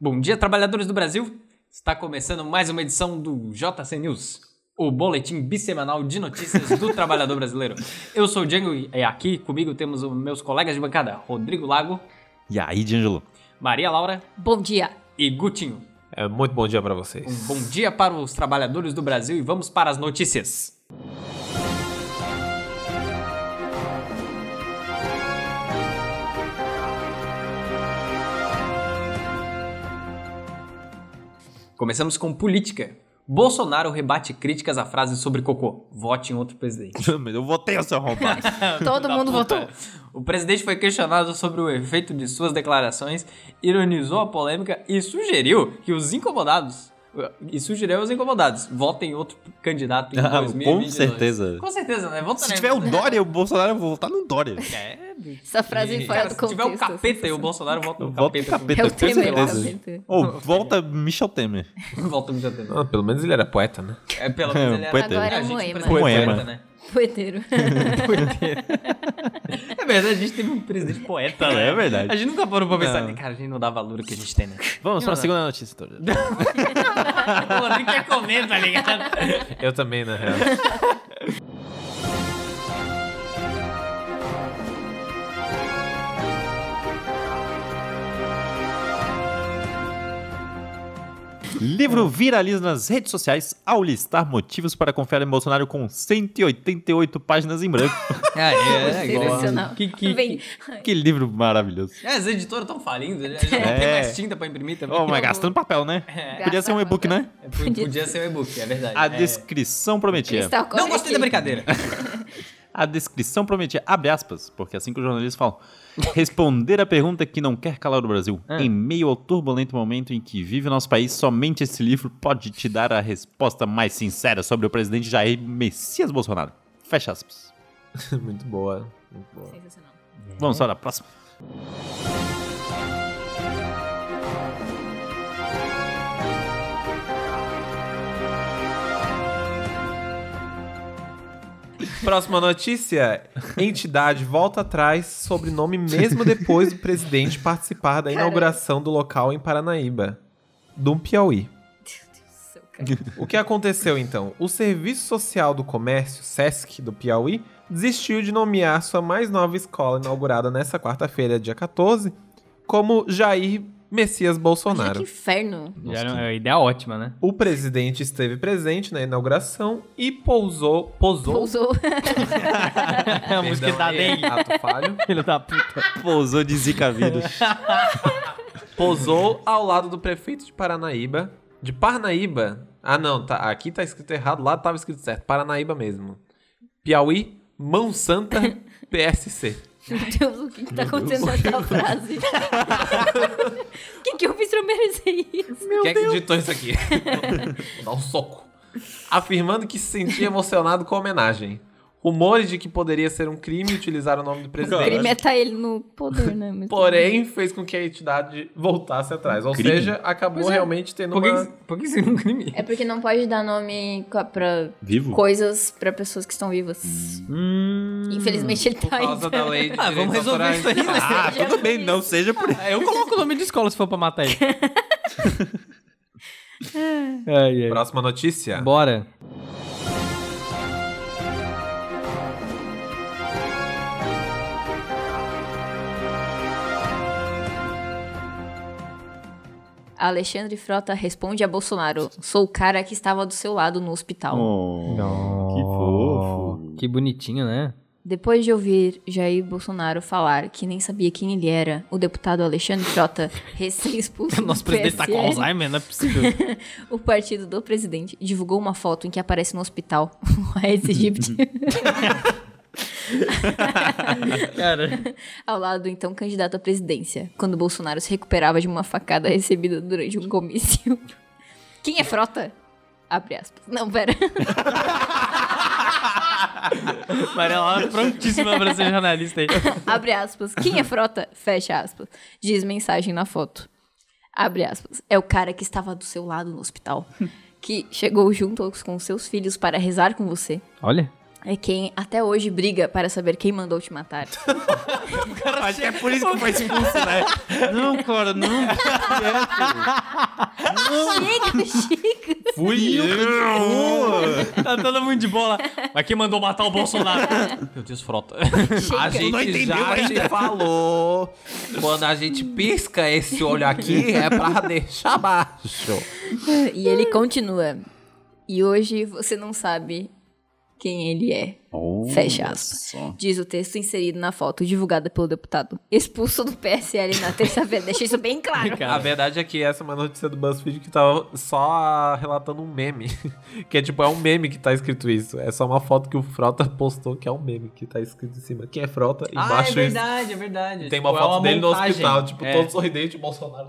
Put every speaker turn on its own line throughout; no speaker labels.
Bom dia, trabalhadores do Brasil! Está começando mais uma edição do JC News, o boletim bissemanal de notícias do trabalhador brasileiro. Eu sou o Django e aqui comigo temos os meus colegas de bancada, Rodrigo Lago,
E aí, D'Angelo?
Maria Laura
Bom dia.
e Gutinho.
É, muito bom dia pra vocês.
Um bom dia para os trabalhadores do Brasil e vamos para as notícias. Começamos com política. Bolsonaro rebate críticas à frase sobre cocô. Vote em outro presidente.
Eu votei o seu arrombado.
Todo
Da
mundo
puta.
votou.
O presidente foi questionado sobre o efeito de suas declarações, ironizou a polêmica e sugeriu que os incomodados e sugeriu aos incomodados votem outro candidato em
Ah,
2022.
com certeza.
Com certeza, né? Vota
Se
nele.
tiver o Dória e o Bolsonaro, eu vou votar no Dória.
É,
Essa frase
E-
fora
cara,
do
se
contexto.
tiver o capeta e o Bolsonaro, vota no
Eu voto no
capeta.
capeta,
assim. É o
com
né? Temer,
lá.
certeza.
capeta.
Ou volta Michel Temer.
Volta no Jatena.
Ah, pelo menos ele era poeta, né?
É, pelo menos ele
É,
era...
poeta.
Agora é
a gente
Moema.
presidente
Moema.
poeta, né?
Poeteiro.
É verdade, a gente teve um presidente poeta, né?
É verdade.
A gente nunca parou pra pensar,
Não.
cara, a gente não dá valor ao que a gente tem, né?
Vamos para a segunda notícia, então.
O Rodrigo quer comer, tá ligado?
Eu também, na real.
Livro viraliza nas redes sociais ao listar motivos para confiar em Bolsonaro com 188 páginas em branco.
Ah, é, é,
Sensacional.
Que, que,
Vem.
que livro maravilhoso.
É, as editoras estão falindo, já já não
É.
tem mais tinta pra imprimir também.
Oh, mas gastando papel, né? Podia ser um e-book, né?
É, p- Podia, ser um e-book, é verdade.
A
É.
descrição prometia.
Cristal Cósmico.
Não gostei da brincadeira.
A descrição prometia, abre aspas, porque é assim que os jornalistas falam. Responder a pergunta que não quer calar o Brasil. Em meio ao turbulento momento em que vive o nosso país, somente esse livro pode te dar a resposta mais sincera sobre o presidente Jair Messias Bolsonaro. Fecha aspas.
muito boa. Muito boa.
Sensacional.
Vamos para a próxima.
Próxima notícia. Entidade volta atrás sobrenome mesmo depois do presidente participar da inauguração do local em Paranaíba, do
Meu
Piauí.
Deus do céu, cara.
O que aconteceu então? O Serviço Social do Comércio, SESC, do Piauí, desistiu de nomear sua mais nova escola inaugurada nesta quarta-feira, dia 14, como Jair Messias
Olha
Bolsonaro.
que inferno.
Já não- é uma ideia ótima, né?
O presidente esteve presente na inauguração e pousou. Pousou.
Pousou.
É a música da
aí,
Day,
ato falho.
filho da puta.
Pousou de Zika vírus.
Pousou ao lado do prefeito de Paranaíba. De Parnaíba. Ah, não, tá, aqui tá escrito errado, lá tava escrito certo. Paranaíba mesmo. Piauí, Mão Santa, PSC.
Meu Deus, o que que tá acontecendo nessa frase? O que que eu fiz pra merecer isso?
Quem é que editou isso aqui? Vou dar um soco. Afirmando que se sentia emocionado com a homenagem. Rumores de que poderia ser um crime utilizar o nome do
O crime é
presidente.
tá ele no poder, né? Mas-
Porém, fez com que a entidade voltasse atrás. Ou
Crime?
seja, acabou realmente tendo
é. Por que,
uma...
que- por que seria um crime?
É porque não pode dar nome co- pra
Vivo?
coisas pra pessoas que estão vivas.
Hum.
Infelizmente ele
Por
tá aí.
causa da lei de
Ah, vamos
direitos
resolver isso aí,
autorais.
né?
Ah, tudo bem, não seja por
Ah, Eu coloco o nome de escola se for pra matar ele. ai, ai.
Ah, Próxima notícia.
Bora.
Alexandre Frota responde a Bolsonaro: Sou o cara que estava do seu lado no hospital.
Oh, Que fofo.
Que bonitinho, né?
Depois de ouvir Jair Bolsonaro falar que nem sabia quem ele era, o deputado Alexandre Frota, recém-expulso do
Nosso presidente tá com
PSL,
Alzheimer, não é possível.
o partido do presidente divulgou uma foto em que aparece no hospital o Aedes aegypti
Cara,
ao lado do então candidato à presidência, quando Bolsonaro se recuperava de uma facada recebida durante um comício. Quem é Frota? Abre aspas. Não, pera.
Maria Laura é prontíssima pra ser jornalista aí.
Abre aspas. Quem é frota? Fecha aspas. Diz mensagem na foto. Abre aspas. É o cara que estava do seu lado no hospital. Que chegou junto aos- com seus filhos para rezar com você.
Olha.
É quem até hoje briga para saber quem mandou te matar.
Acho que é por isso que foi expulso, né? Não, cara, não.
Chega, chega!
Fui eu.
Tá todo mundo de bola. Mas quem mandou matar o Bolsonaro? Meu Deus, frota.
A
Chega.
não
gente
entendeu
já te falou. Quando a gente pisca esse olho aqui, é pra deixar baixo.
E ele continua. E hoje você não sabe quem ele é. Fecha aspas.
Só.
Diz o texto inserido na foto divulgada pelo deputado. Expulso do PSL na terça-feira. Deixa isso bem claro.
A verdade é que essa é uma notícia do BuzzFeed que tava só relatando um meme. Que é tipo, é um meme que tá escrito isso. É só uma foto que o Frota postou, que é um meme que tá escrito em cima. Quem é Frota?
Ah,
Embaixo
é
isso.
verdade, é verdade.
Tem uma
Tipo, é
foto dele
montagem.
no hospital, tipo,
É.
todo sorridente, o Bolsonaro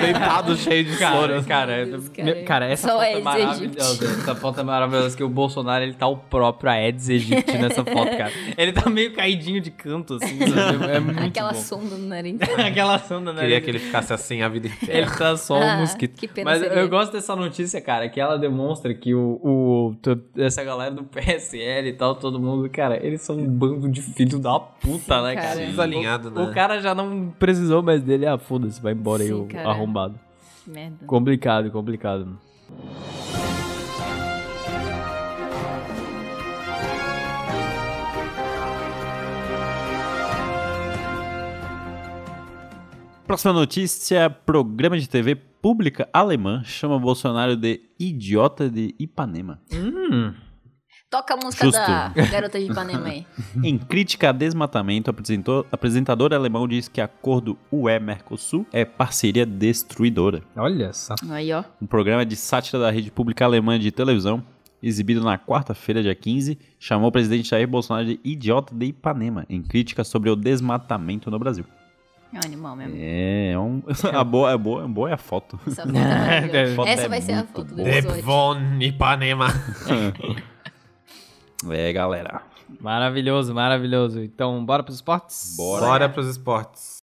deitado, cheio de
Cara,
soro.
cara,
Deus,
meu-
cara.
cara, essa
Só
foto é
Aedes
maravilhosa. Essa foto é maravilhosa que o Bolsonaro ele tá o próprio Aedes aegypti nessa foto, cara. Ele tá meio caidinho de canto, assim. sabe? É muito
Aquela
bom.
sonda no nariz.
Aquela sonda, né?
Queria que ele ficasse assim a vida
Ele
inteira.
tá só
Ah,
um mosquito.
que pena
Mas
seria.
eu gosto dessa notícia, cara, que ela demonstra que o, o- to- essa galera do PSL e tal, todo mundo, cara, eles são um bando de filho da puta, né, cara?
cara.
Desalinhado,
o,
né?
o cara já não precisou mais dele, ah, foda-se, vai embora aí,
Sim,
o
cara.
arrombado.
Merda.
Complicado, complicado.
Próxima notícia: programa de TV pública alemã chama Bolsonaro de idiota de Ipanema.
Toca a música
Justo.
da garota de Ipanema aí.
Em crítica a desmatamento, apresentou, apresentador alemão diz que acordo UE-Mercosul é parceria destruidora.
Olha só.
Aí, ó.
Um programa de sátira da rede pública alemã de televisão, exibido na quarta-feira, dia 15, chamou o presidente Jair Bolsonaro de idiota de Ipanema, em crítica sobre o desmatamento no Brasil.
É um animal mesmo.
É, é um, a boa, a boa, a boa é a foto.
Essa foto é maravilhosa.
Foto
Essa
é
vai ser a
muito
foto do
boa.
É
episódio.
Devon Ipanema.
É, galera.
Maravilhoso, maravilhoso. Então, bora pros esportes?
Bora.
Bora pros esportes.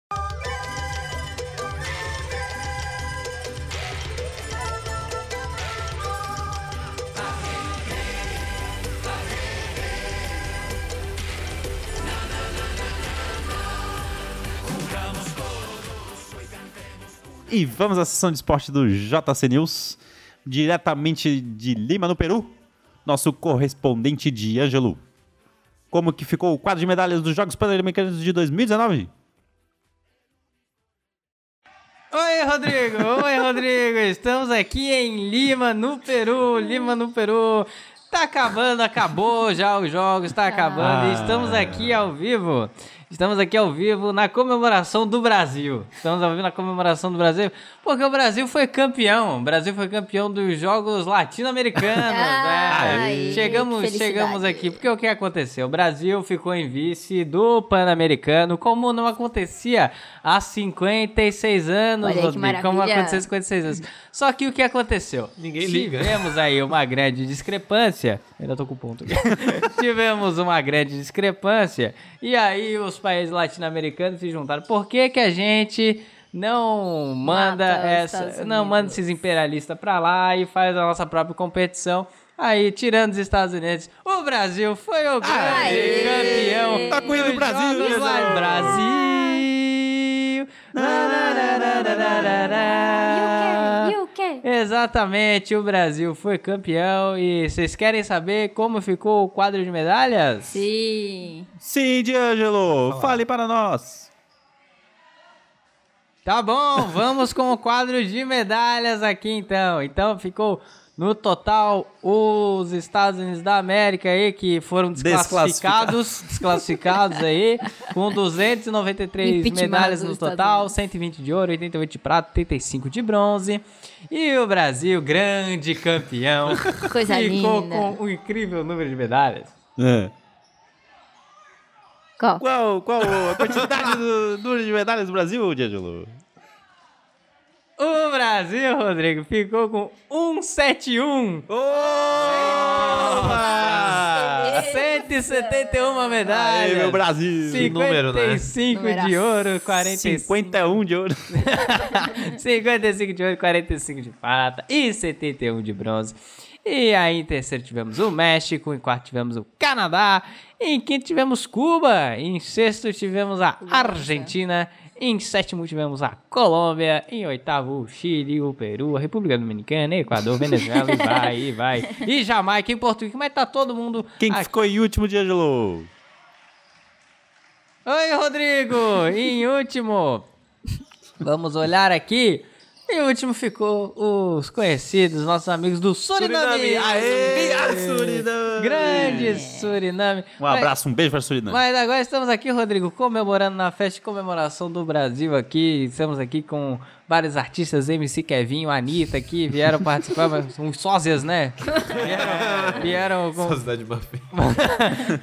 E vamos à sessão de esporte do JC News, diretamente de Lima, no Peru, nosso correspondente de Ângelo. Como que ficou o quadro de medalhas dos Jogos Pan-Americanos de 2019?
Oi, Rodrigo! Oi, Rodrigo! Estamos aqui em Lima, no Peru. Lima, no Peru. Tá acabando, acabou já os jogos,
Ah.
tá acabando. E estamos aqui ao vivo. Estamos aqui ao vivo na comemoração do Brasil. Estamos ao vivo na comemoração do Brasil, porque o Brasil foi campeão. O Brasil foi campeão dos Jogos Latino-Americanos.
Ai,
né? Chegamos,
que
chegamos
felicidade.
aqui porque o que aconteceu? O Brasil ficou em vice do Pan-Americano, como não acontecia há 56 anos,
Olha aí que
Rodrigo. Como
maravilha.
aconteceu há 56 anos. Só que o que aconteceu?
Ninguém liga.
Tivemos aí uma grande discrepância. Ainda tô com ponto. aqui. Tivemos uma grande discrepância. E aí os países latino-americanos se juntaram. Por que que a gente não manda
Mata os
essa,
Estados
não manda
Unidos.
esses imperialistas pra lá e faz a nossa própria competição? Aí, tirando os Estados Unidos, o Brasil foi o grande
Aê!
campeão.
Tá
com ele,
dos
Brasil!
Jogos lá em
Ah.
Brasil. Nararararararará.
E o quê?
Exatamente, o Brasil foi campeão e vocês querem saber como ficou o quadro de medalhas?
Sim.
Sim, D'Angelo, fale para nós.
Tá bom, vamos com o quadro de medalhas aqui então. Então ficou no total os Estados Unidos da América aí que foram desclassificados, desclassificados aí com 293
Impeachment
medalhas no
dos Estados
total,
Unidos.
120 de ouro, 88 de prata, 35 de bronze. E o Brasil, grande campeão,
Coisa
ficou
linda.
com um incrível número de medalhas.
É.
Qual?
Qual, qual a quantidade do número de medalhas do Brasil, D'Angelo?
O Brasil, Rodrigo, ficou com 171.
Opa!
171 medalhas.
Aí, meu Brasil!
Sim. número, né?
55 de
Numeraço.
ouro, 45,
51 de ouro.
55 um de ouro, 45 de prata e 71 de bronze. E aí, em terceiro, tivemos o México. Em quarto, tivemos o Canadá. Em quinto, tivemos Cuba. Em sexto, tivemos a Argentina. Em sétimo, tivemos a Colômbia. Em oitavo, o Chile, o Peru, a República Dominicana, Equador, Venezuela. e vai, e vai. E Jamaica e Portugal. Mas tá todo mundo.
Quem que
aqui.
ficou em último, D'Angelo?
Oi, Rodrigo! E em último, vamos olhar aqui. Em último ficou os conhecidos, nossos amigos do Suriname.
Aê!
Grande Suriname.
Um abraço, um beijo pra Suriname.
Mas, mas agora estamos aqui, Rodrigo, comemorando na festa de comemoração do Brasil aqui. Estamos aqui com vários artistas, MC Kevinho, Anitta aqui, vieram participar, mas uns sósias, né? Vieram, vieram com-
Sociedade Mafia.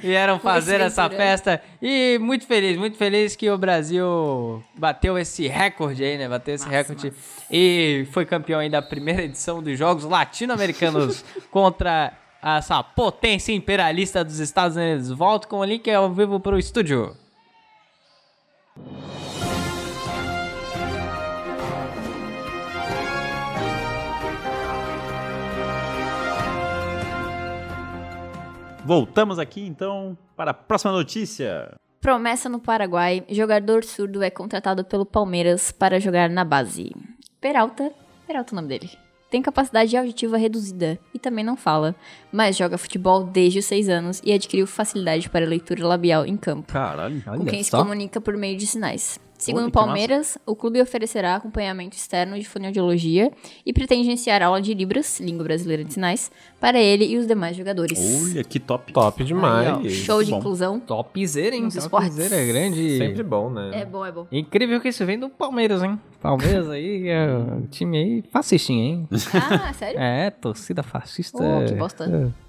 vieram fazer essa
Porventura.
festa. E muito feliz, muito feliz que o Brasil bateu esse recorde aí, né? Bateu esse recorde. E foi campeão aí da primeira edição dos Jogos Latino-Americanos contra essa potência imperialista dos Estados Unidos. Volto com o link ao vivo pro estúdio.
Voltamos aqui, então, para a próxima notícia.
Promessa no Paraguai: jogador surdo é contratado pelo Palmeiras para jogar na base. Peralta, Peralta é o nome dele. Tem capacidade auditiva reduzida e também não fala, mas joga futebol desde os 6 anos e adquiriu facilidade para leitura labial em campo.
Caralho,
com quem se comunica por meio de sinais. Segundo
Olha,
o
que massa.
Palmeiras, o clube oferecerá acompanhamento externo de fonoaudiologia e pretende iniciar aula de Libras, língua brasileira de sinais, para ele e os demais jogadores.
Olha, que top.
Top
Aí, ó,
demais.
show de
bom.
inclusão.
Topzera, hein?
Nos esportes.
Topzera, grande.
Sempre bom, né?
É bom, é bom.
Incrível que isso vem do Palmeiras, hein? Palmeiras aí, é o time aí fascistinha, hein?
Ah, sério?
É, torcida fascista.
Oh,
É.
que bosta.
É.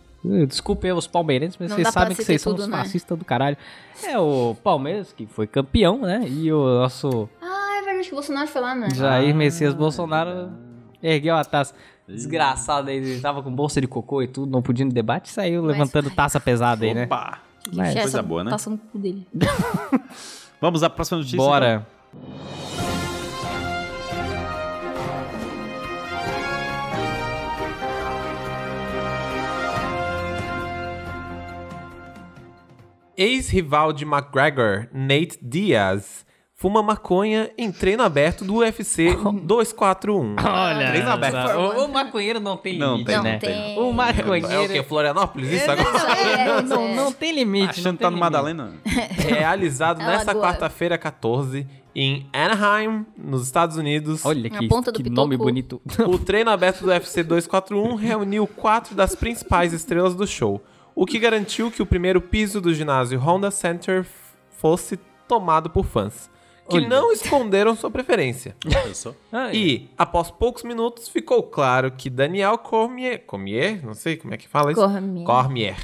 Desculpe os palmeirenses, mas
Não
vocês
dá pra
sabem que
se ter
vocês são
tudo,
os
né?
fascistas do caralho. É o Palmeiras, que foi campeão, né? E o nosso
Ah, é verdade que o Bolsonaro foi lá, né?
Jair Messias Bolsonaro
Ah.
ergueu a taça. Desgraçado, ele tava com bolsa de cocô e tudo, não podia ir no debate, saiu levantando
vai.
taça pesada aí, né?
Opa!
Mas-
Tinha
Coisa
é essa
boa, né?
taça no cu dele.
Vamos à próxima notícia. então.
Bora.
Ex-rival de McGregor, Nate Diaz, fuma maconha em treino aberto do UFC 241.
Olha,
Treino aberto.
só, o, o maconheiro não tem
Não
limite,
tem,
não
né?
tem.
O
É o
maconheiro...
quê? Florianópolis? Isso agora?
É, não, não, não tem limite.
Achando
não
que tá
tem né?
no
limite.
Madalena.
Realizado
É
nesta
Lagoa.
quarta-feira 14 em Anaheim, nos Estados Unidos.
Olha
Na
que,
ponta do
que nome
pitoco.
bonito.
O treino aberto do UFC 241 reuniu quatro das principais estrelas do show, o que garantiu que o primeiro piso do ginásio Honda Center f- fosse tomado por fãs, que
Olha.
não esconderam sua preferência.
Ah,
E, após poucos minutos, ficou claro que Daniel Cormier, Cormier, não sei como é que fala isso,
Cormier.
Cormier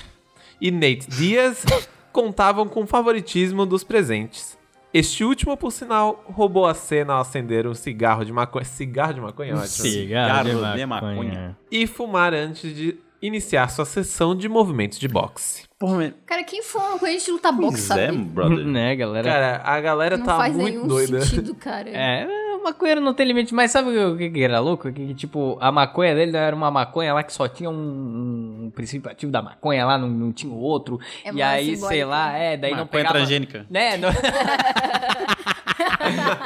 e Nate Diaz contavam com o favoritismo dos presentes. Este último, por sinal, roubou a cena ao acender um cigarro de maconha. Cigarro de maconha, é ótimo.
Cigarro
Cigarro de maconha.
E fumar antes de iniciar sua sessão de movimentos de boxe.
Porra, mas-
Cara, quem fuma com a gente lutar boxe,
Pois é,
sabe?
brother.
Né, galera?
Cara, a galera
Não
tá
faz
muito
nenhum
doida.
né?
sentido, cara.
É, o maconheiro não tem limite, mas sabe o que, que era louco? Que, que, tipo, a maconha dele era uma maconha lá que só tinha um, um princípio ativo da maconha lá, não, não tinha o outro.
É
e
mais
aí,
simbólico, né?
sei lá, é, daí não
Maconha
pegava...
transgênica.
Né? Não-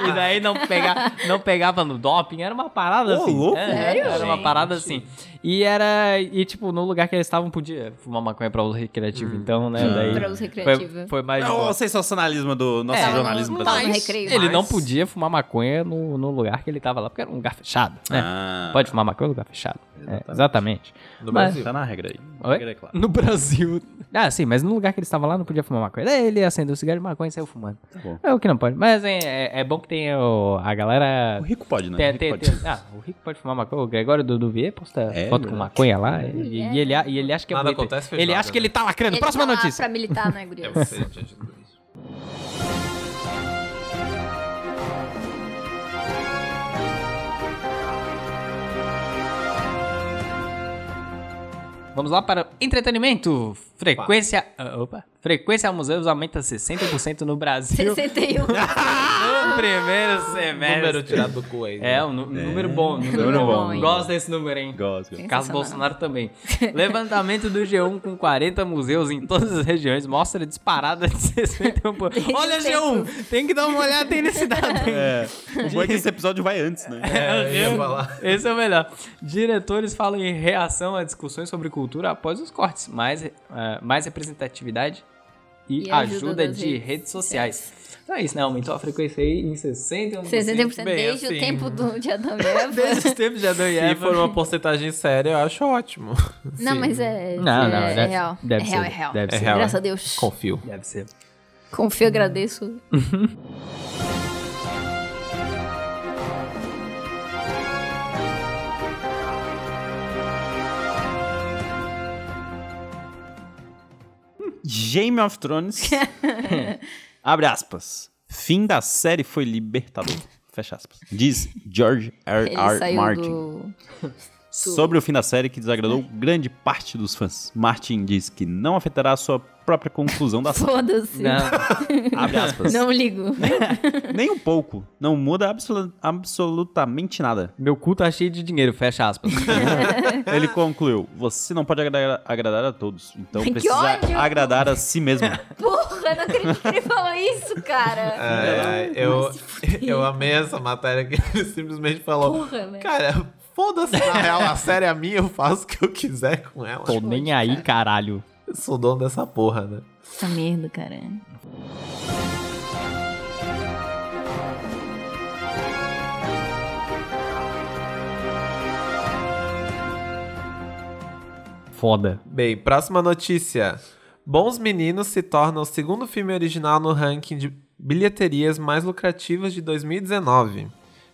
e daí não, pega, não pegava no doping, era uma parada
Ô,
assim.
louco,
É,
Sério?
Era uma
gente.
parada assim. E era. E tipo, no lugar que eles estavam podia fumar maconha pra uso recreativo,
Hum.
então, né? Daí
Pra uso
foi,
recreativo.
foi mais. de
É o
boa.
sensacionalismo do nosso
É,
jornalismo
não-
brasileiro.
no recreio.
Ele
Mas-
não podia fumar maconha no, no lugar que ele tava lá, porque era um lugar fechado, né?
Ah,
Pode fumar maconha no lugar fechado. É, Exatamente.
No
Mas-
Brasil.
Tá na regra aí. A
Oi?
regra é clara.
No Brasil. Ah, sim, mas no lugar que ele estava lá não podia fumar maconha. Daí ele acendeu o cigarro de maconha e saiu fumando.
bom.
É o que não pode. Mas é, é- é bom que tem o- a galera.
O rico pode, né?
Tem-
O rico
tem-
pode.
tem- ah, o Rico pode fumar maconha. O Gregório do, do Vier posta
É,
foto com
verdade.
maconha lá. E, e ele, a- e ele acha que é
Nada
bonito.
acontece feijoada,
Ele acha que
né?
ele tá lacrando.
Ele
Próxima
tá lá
notícia.
Pra militar, né,
É
Gurias?
É
Vamos lá para entretenimento. Frequência. ah, Opa. Frequência a museus aumenta 60% no Brasil
61.
no primeiro
Número
semestre.
tirado do cu aí. né?
É, um nu- número bom. Número,
Número
bom.
bom, hein?
Gosto desse número, hein?
Gosto.
Caso
Sensacional.
Bolsonaro também. Levantamento do G1 com 40 museus em todas as regiões mostra disparada de 61%. Olha,
Desde
G1, tem que dar uma olhada aí nesse dado. hein?
É, o bom é que esse episódio vai antes, né?
É, eu ia falar.
Esse é o melhor. Diretores falam em reação a discussões sobre cultura após os cortes, mais, eh, mais representatividade e,
E
ajuda,
ajuda das
de
redes
redes sociais. Então é isso, né? Aumentou a frequência aí em 61%.
61%
Bem,
desde
assim,
o tempo do dia da Eva.
Desde os tempos de Adão e
Se
Eva.
for uma porcentagem séria, eu acho ótimo.
Não, mas é,
Não,
é,
não,
é
deve-
real.
deve
é real,
ser,
é real.
deve
ser. É real,
Graças
é.
a Deus.
Confio.
Deve ser.
Confio,
Hum.
agradeço.
Game of Thrones. abre aspas. Fim da série foi libertador. Fecha aspas. Diz George R.
Ele
R.
saiu
Martin.
do...
Sobre o fim da série que desagradou grande parte dos fãs. Martin diz que não afetará a sua própria conclusão da série.
Foda-se.
Não,
Abre aspas.
Não ligo.
Nem um pouco. Não muda absolu- absolutamente nada.
meu cu tá cheio de dinheiro, fecha aspas.
Ele concluiu: Você não pode agra- agradar a todos. Então
Que
precisa
ódio!
agradar a si mesmo.
Porra, eu não acredito que ele falou isso, cara.
É, eu, eu amei essa matéria que ele simplesmente falou.
Porra, velho.
Cara, foda-se na real, a série é minha, eu faço o que eu quiser com ela.
Tô nem aí, caralho.
Eu sou dono dessa porra, né?
Essa merda, cara.
Foda.
Bem, próxima notícia. Bons Meninos se torna o segundo filme original no ranking de bilheterias mais lucrativas de 2019.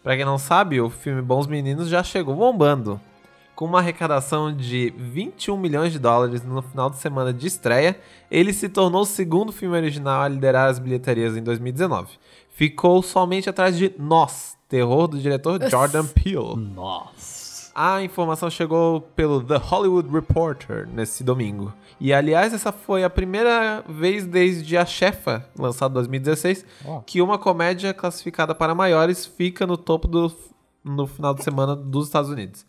Pra quem não sabe, o filme Bons Meninos já chegou bombando, com uma arrecadação de 21 milhões de dólares no final de semana de estreia. Ele se tornou o segundo filme original a liderar as bilheterias em 2019. Ficou somente atrás de Nós, terror do diretor Jordan Peele.
Nossa.
A informação chegou pelo The Hollywood Reporter nesse domingo. E aliás, essa foi a primeira vez desde A Chefa, lançado em 2016, que uma comédia classificada para maiores fica no topo do no final de semana dos Estados Unidos.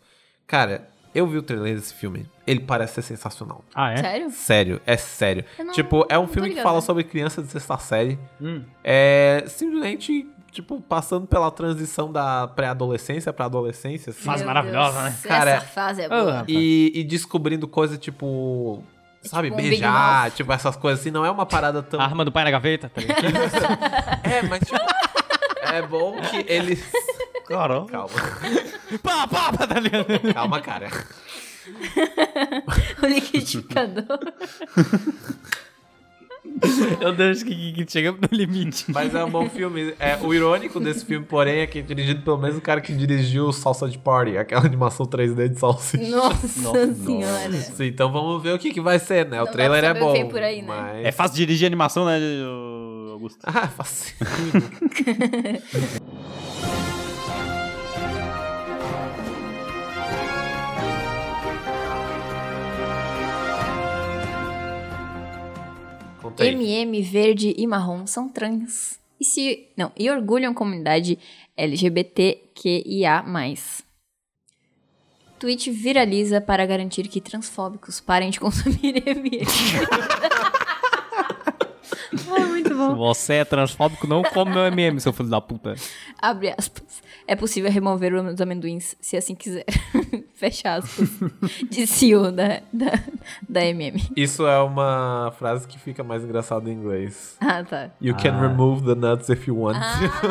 Cara, eu vi o trailer desse filme. Ele parece ser sensacional.
Ah, é?
Sério?
Sério, é sério.
Eu não-
tipo, é um
não tô
filme que
ligada.
fala sobre criança de sexta série.
Hum.
É simplesmente, tipo, passando pela transição da pré-adolescência pra adolescência. Assim.
Fase
Meu
maravilhosa,
Deus,
né?
Cara,
Essa fase é
ah,
boa.
E, e descobrindo coisa tipo. Sabe,
tipo um Big
beijar,
Mouth.
tipo essas coisas assim, não é uma parada tão.
A arma do pai na gaveta, tá ligado?
É, mas tipo. é bom que eles.
Caramba.
Calma,
pá, pá, pá, tá ligado?
calma, cara.
O liquidificador.
Eu deixo que, que, que chegamos no limite.
Mas é um bom filme. É, o irônico desse filme, porém, é que é dirigido pelo mesmo cara que dirigiu Salsa de Party, aquela animação 3D de salsa.
Nossa,
Nossa.
senhora.
Sim, então vamos ver o que, que vai ser, né?
Não
o
dá
trailer
pra
é
saber o
bom.
que vem por aí, né?
mas-
É fácil dirigir animação, né, ô, Augusto?
Ah, fácil. Conta aí.
MM verde e marrom são trans. E se. Não, e orgulham a comunidade LGBTQIA. Tweet viraliza para garantir que transfóbicos parem de consumir MM. Ai, muito bom.
Você é transfóbico, não come meu MM, seu filho da puta.
Abre aspas. É possível remover os amendoins se assim quiser. Fecha aspas. De CEO da, da, da MM.
Isso é uma frase que fica mais engraçada em inglês.
Ah, tá.
You can remove the nuts if you want.
Ah,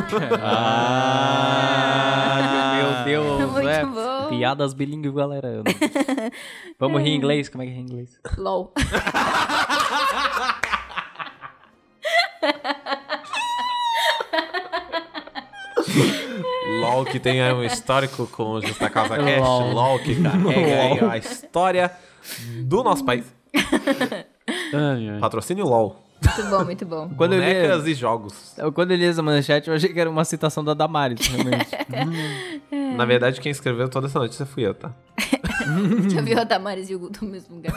meu Deus.
Muito
é.
bom.
Piadas bilíngues, galera. Eu não- Vamos rir em inglês? Como é que ri em inglês?
LOL.
LOL, que tem aí um histórico com o Justa Causa Cast.
LOL.
LOL, que carrega aí a história do nosso país. Patrocínio LOL.
Muito bom, muito bom.
Quando eu li-
Bonecas e jogos.
Eu, Quando eu li essa manchete, eu achei que era uma citação da Damares, realmente.
Na verdade, quem escreveu toda essa notícia fui eu, tá?
Já viu a Damares e o Guto no mesmo lugar?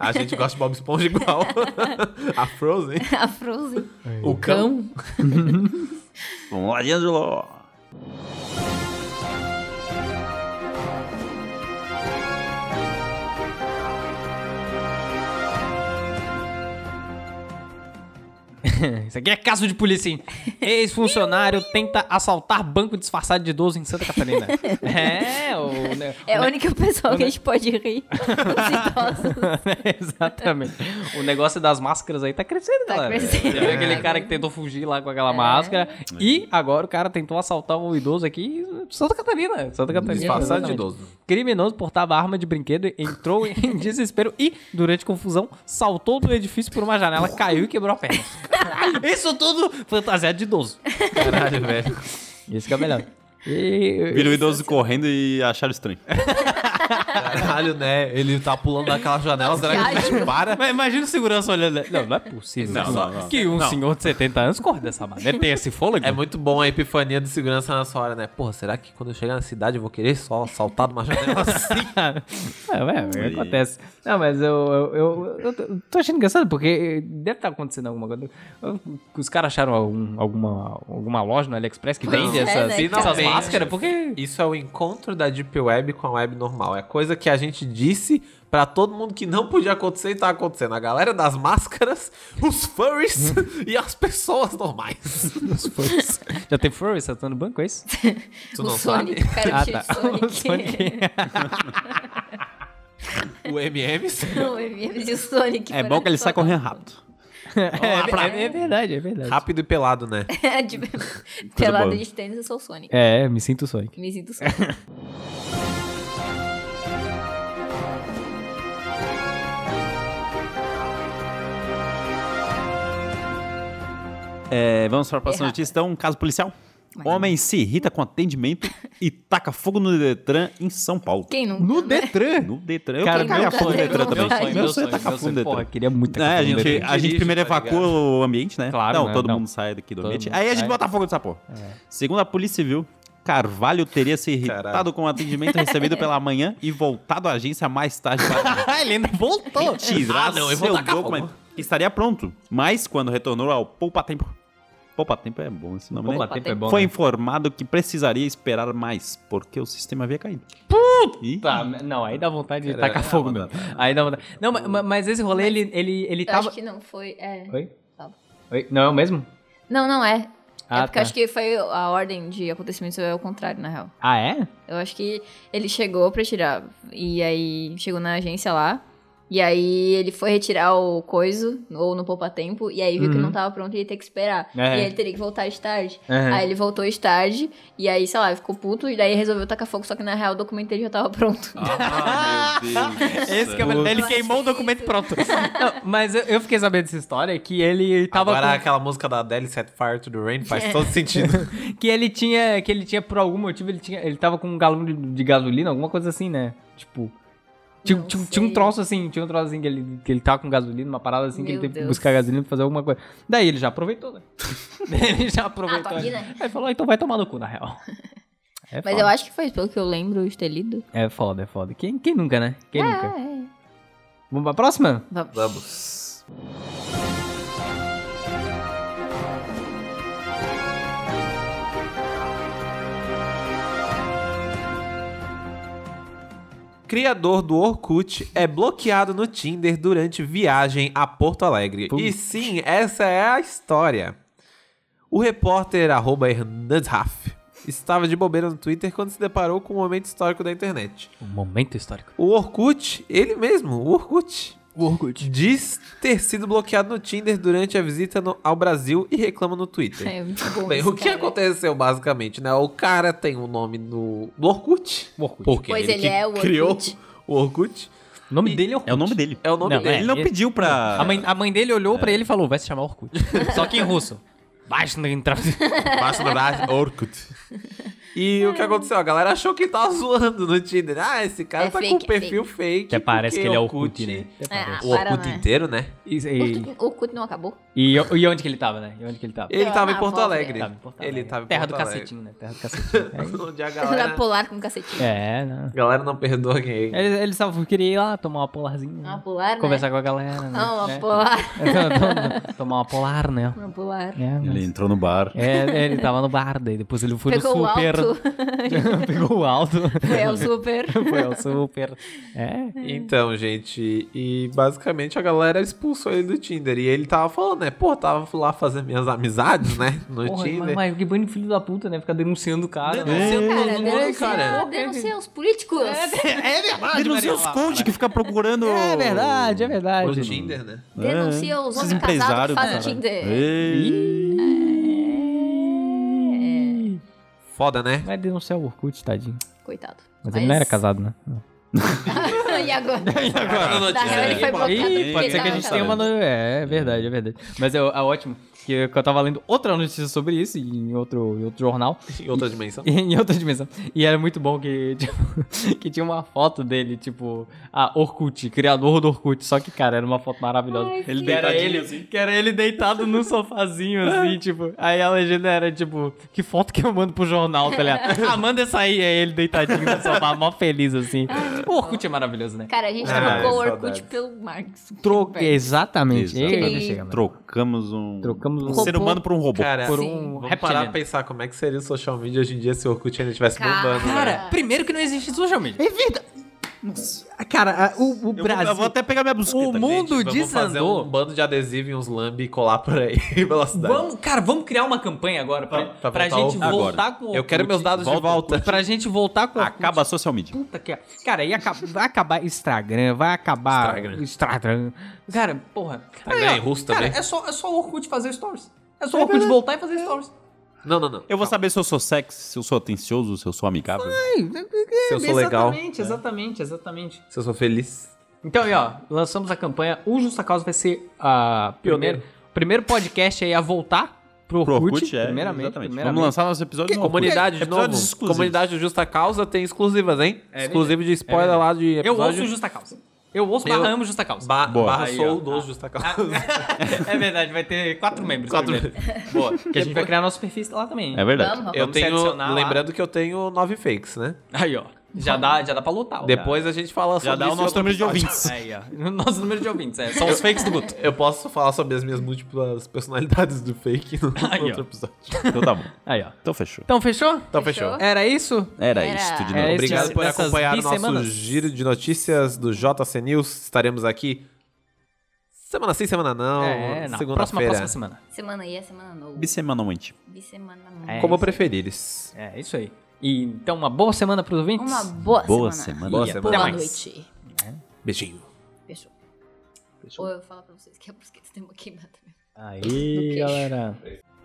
A gente gosta de Bob Esponja igual. a Frozen.
A Frozen.
O
Cão.
Vamos lá, Angelo.
Isso aqui é caso de polícia, hein? Ex-funcionário tenta assaltar banco disfarçado de idoso em Santa Catarina. É, o. né,
É a
o ne-
única pessoa que a gente pode rir. Os idosos.
Né? Exatamente. O negócio das máscaras aí tá crescendo,
Tá
galera.
crescendo. É.
Já viu aquele cara que tentou fugir lá com aquela máscara. E agora o cara tentou assaltar um idoso aqui em Santa Catarina. Santa Catarina.
Disfarçado de
exatamente.
idoso.
Criminoso portava arma de brinquedo, entrou em desespero e, durante confusão, saltou do edifício por uma janela, caiu e quebrou a perna. Isso tudo fantasiado de idoso.
Caralho, velho.
Esse que é o melhor. E-
Vira o idoso correndo e acharam estranho.
Caralho, né? Ele tá pulando daquela janela, será que a gente para?
Mas imagina o segurança olhando. Não, não é possível.
Não,
só
não, não.
Que um senhor de 70 anos corre dessa maneira. Tem esse fôlego.
É muito bom a epifania de segurança nessa hora, né? Porra, será que quando eu chegar na cidade eu vou querer só saltar de uma janela?
é, é,
Aí.
acontece. Não, mas eu, eu, eu, eu tô- eu tô achando engraçado, porque deve estar acontecendo alguma coisa. Eu- Os caras acharam algum- alguma, alguma loja no AliExpress que
Pois
vende
é,
essas,
né,
essas
cara?
máscaras, porque.
Isso é o encontro da Deep Web com a web normal. É coisa que a gente disse pra todo mundo que não podia acontecer e tá acontecendo. A galera das máscaras, os furries e as pessoas normais.
Já tem furry saltando no banco, é isso?
o
Tu não
Sonic,
sabe?
o cara
Ah,
tira
tá. O
o Sonic.
Sonic.
O MMs.
Não, eu ia pedir o Sonic.
É bom que ele sai correndo rápido.
É, é verdade, é verdade.
Rápido e pelado, né?
É, de... Pelada
boa.
de tênis, eu sou o Sonic.
É, me sinto Sonic.
Me sinto Sonic.
É, vamos para a próxima
Errado.
notícia, então. Um caso policial. Um
Mas-
Homem se irrita com atendimento e taca fogo no Detran em São Paulo.
Quem não?
No Detran?
No Detran. Eu
Cara,
quero cagar
meu
fogo no
sonho,
Detran
meu
também.
sonho, meu
é
sonho,
tacar
meu
fogo no
sonho. Porra,
Detran.
queria muito tacar
É, a
fogo no
gente,
Detran.
a gente
Dirige,
primeiro
tá
evacua o ambiente, né?
Claro,
Não,
né?
todo
Não.
mundo sai daqui do
Todo
ambiente.
mundo
Aí a gente
sai. É.
bota fogo nessa porra. Segundo a Polícia Civil, Carvalho teria se irritado
Caralho.
com o atendimento recebido pela manhã e voltado à agência mais tarde para
Ah, ele ainda voltou.
tirar
Ah, não, eu vou
seu
tacar
documento.
fogo.
Estaria pronto, mas quando retornou ao Poupa Tempo. Poupa Tempo é bom esse nome, né?
Poupa tempo é bom.
Foi
né?
informado que precisaria esperar mais, porque o sistema havia caído. Puta!
Tá, não, aí dá vontade de
Cara,
tacar
dá
fogo, meu. Aí dá vontade. Não, ma- ma- mas esse rolê, ele, ele, ele
Eu
tava.
acho que não foi. É.
Oi?
Fala.
Oi? Não é o mesmo?
Não, não é.
Ah,
é porque
tá.
eu acho que foi a ordem de acontecimentos é o contrário, na real.
Ah, é?
Eu acho que ele chegou pra tirar. E aí chegou na agência lá. E aí ele foi retirar o coiso, ou no poupa tempo, e aí viu que
Uhum.
não tava pronto e ia ter que esperar.
É.
E aí ele teria que voltar de tarde.
É.
Aí ele voltou de tarde, e aí, sei lá, ficou puto, e daí resolveu tacar fogo, só que na real o documento dele já tava pronto.
Ah, meu Deus.
Esse que é o melhor. Ele
Eu
queimou o
acho
documento
isso.
pronto. Não, mas eu, eu fiquei sabendo dessa história que ele tava.
Agora
com-
aquela música da Adele, Set Fire to the Rain, faz todo sentido.
que ele tinha. Que ele tinha, por algum motivo, ele tinha. Ele tava com um galão de, de gasolina, alguma coisa assim, né? Tipo. Tinha,
Não
tinha-
sei.
tinha um troço assim, tinha um troço assim que ele, que ele tava com gasolina, uma parada assim que
Meu
ele teve que
Deus.
buscar gasolina pra fazer alguma coisa. Daí ele já aproveitou, né? ele já aproveitou.
tá
aqui, né?
Aí falou, "Ah, então vai tomar no cu, na real. É
Mas
foda.
eu acho que foi, pelo que eu lembro, de ter lido.
É foda, é foda. Quem, quem nunca, né? Quem
é,
nunca?
é.
Vamos pra próxima?
Vamos.
Vamos. Criador do Orkut é bloqueado no Tinder durante viagem a Porto Alegre. E
Putz.
sim, essa é a história. O repórter arroba Hernandes Raff estava de bobeira no Twitter quando se deparou com um momento histórico da internet.
Um momento histórico.
O Orkut, ele mesmo, o Orkut. O Orkut. Diz ter sido bloqueado no Tinder durante a visita no- ao Brasil e reclama no Twitter.
É muito bom.
Bem,
esse
o que
cara.
aconteceu basicamente, né? O cara tem o nome no, do Orkut.
Orkut.
Porque
Pois ele
que
é o
criou
Orkut.
o Orkut.
O nome dele é Orkut.
É o nome dele.
É o nome
Não,
dele.
é.
Ele não pediu pra.
A mãe, a mãe dele olhou pra ele e falou, vai se chamar Orkut. Só que em russo. Baixa no entrada.
é
Basta lembrar, Orkut. E o que aconteceu? A galera achou que ele tava zoando no Tinder. Ah, esse cara
É
tá
fake,
com
é
um perfil fake.
Até parece
porque
que ele é Orkut, né? Até
É,
parece.
O
Para,
Orkut
né?
inteiro, né?
E, e,
O Orkut não acabou?
e, e onde que ele tava, né? E onde que ele tava?
Ele
Eu
tava em
amava
Porto
ver.
Alegre.
Tava em Porto
Ele
Alegre.
tava em
Terra
Porto
do
Alegre.
cacetinho, né? Terra do cacetinho.
Onde a
Era
galera...
polar com cacetinho.
É, é não.
galera não perdoa quem é.
Eles, eles só queriam ir lá tomar uma polarzinha.
Uma
né?
polar, né?
Conversar com a galera. Né?
Não, uma
né?
polar.
tomar uma polar, né?
Uma polar.
É,
Ele
mas-
entrou no bar.
É, ele tava no bar, daí depois ele foi
Pegou
no
o
super.
alto.
Pegou o alto.
Foi ao super.
Foi ao super. É.
Então, gente, e basicamente a galera expulsou ele do Tinder. E ele tava falando, né? Pô, tava lá fazendo minhas amizades, né? No
Porra, mas,
Tinder.
mas que bando de filho da puta, né? Ficar denunciando o cara. né?
Denunciando todo
Cara,
mundo,
denunciar,
cara.
denunciar os políticos.
É,
Denuncia os coach que fica procurando. É.
É verdade, é
O
verdade.
Tinder, né?
Denuncia os
Esses
homens casados que
empresários do
fazem
caralho.
Tinder.
Ei.
É.
Foda, né?
Vai denunciar o Orkut, tadinho.
Coitado.
Mas, ele não era casado, né?
e agora?
Agora a
Da real, ele foi
notícia.
bloqueado.
né? Ih, pode ser que a gente
Tá
tenha uma. no- É, é verdade, é verdade. Mas é, é ótimo que eu, que eu tava lendo outra notícia sobre isso em outro, em outro jornal.
Em outra dimensão.
em outra dimensão. E era muito bom que, tipo, que tinha uma foto dele, tipo, ah, Orkut, criador do Orkut. Só que, cara, era uma foto maravilhosa.
Ele
que era
deitadinho
ele,
assim.
que era ele deitado num sofazinho, assim, tipo. Aí a legenda era, tipo, que foto que eu mando pro jornal, tá ligado? Ah, manda essa aí, é ele deitadinho no sofá, mó feliz, assim. O Orkut é maravilhoso, né?
Cara, a gente
Ah,
trocou o Orkut
saudades.
pelo Marx.
Troca, exatamente.
Exato.
Ei,
Aquele-
né?
chega, mano.
Trocamos um,
Trocamos um
um ser
robô.
humano por um robô.
Cara,
por
Sim.
um
vamos parar pra
reptiliano.
pensar como é que seria o social media hoje em dia se o Orkut ainda estivesse
Cara.
bombando, né?
Cara, primeiro que não existe social media.
É verdade. Nossa, cara, a- o, o
eu, vou, eu
Brasil.
vou até pegar minha
O
busqueta.
mundo
Gente, vamos fazer
desandou.
um bando de adesivo e uns lambe e colar por aí pela cidade.
Vamos, cara, vamos criar uma campanha agora pra,
Pra- pra
pra
voltar
gente
ao-
voltar com o
Eu quero
Orkut.
meus dados de
Volta,
volta.
Pra gente voltar com o Orkut.
Acaba a social media.
Puta que... é. Cara, aí aca- vai acabar Instagram, vai acabar...
Instagram.
Instagram. Cara, porra.
Instagram
Aí, ó,
é russo
cara,
também.
É só, é só o Orkut fazer stories. É só o Orkut voltar e fazer stories.
Não, não, não.
Eu vou saber se eu sou sexy, se eu sou atencioso, se eu sou amigável.
Se eu sou legal.
Exatamente, exatamente, exatamente.
Se eu sou feliz.
Então aí, ó, lançamos a campanha. O Justa Causa vai ser a primeiro, primeiro podcast aí a voltar pro
Pro
Orkut.
Orkut, é.
primeiramente.
exatamente.
primeiramente.
Vamos lançar nosso episódio no Orkut.
Comunidade, de novo.
Episódios exclusivos.
Comunidade do Justa Causa tem exclusivas, hein?
É
Exclusivo de spoiler
verdade.
lá de
Eu
episódio.
ouço Justa Causa. Eu ouço
Eu-
barra amo Justa Causa.
Ba-
Boa.
barra
Aí,
sou
ó.
do Justa Causa.
é verdade, vai ter quatro membros.
Quatro
primeiro. Boa. Que a gente vai criar nosso perfil lá também. né? hein?
É verdade.
Vamos.
Eu
Vamos se
tenho.
adicionar lá.
Lembrando que eu tenho nove fakes, né?
Aí, ó. Já dá, já dá pra lotar. ó.
Depois a gente fala sobre
Já dá o
isso em
nosso
outro
número de
episódio.
ouvintes.
Aí, ó. No nosso número de ouvintes. É. São os fakes do Guto.
Eu posso falar sobre as minhas múltiplas personalidades do fake no
Aí, ó.
outro episódio.
Então tá bom.
Aí, ó.
Então fechou.
Então, fechou?
Então fechou.
Era isso?
Era,
Era.
isso de
É
novo.
isso.
Obrigado por
Nessas
acompanhar o nosso
bissemanas.
giro de notícias do JC News. Estaremos aqui semana sim, semana não.
é, não. Próxima,
Segunda-feira.
próxima semana.
Semana aí é semana nova.
Bissemanalmente.
Bissemana
É.
nova.
Como preferires.
É, isso aí. E, então, uma boa semana pros ouvintes.
Uma boa,
Boa
semana.
semana.
Boa
E
semana.
Boa
Até mais.
noite.
Beijinho.
Fechou. Ou eu falo pra vocês que é por isso que eles têm uma queimada.
Aí,
queixo.
galera.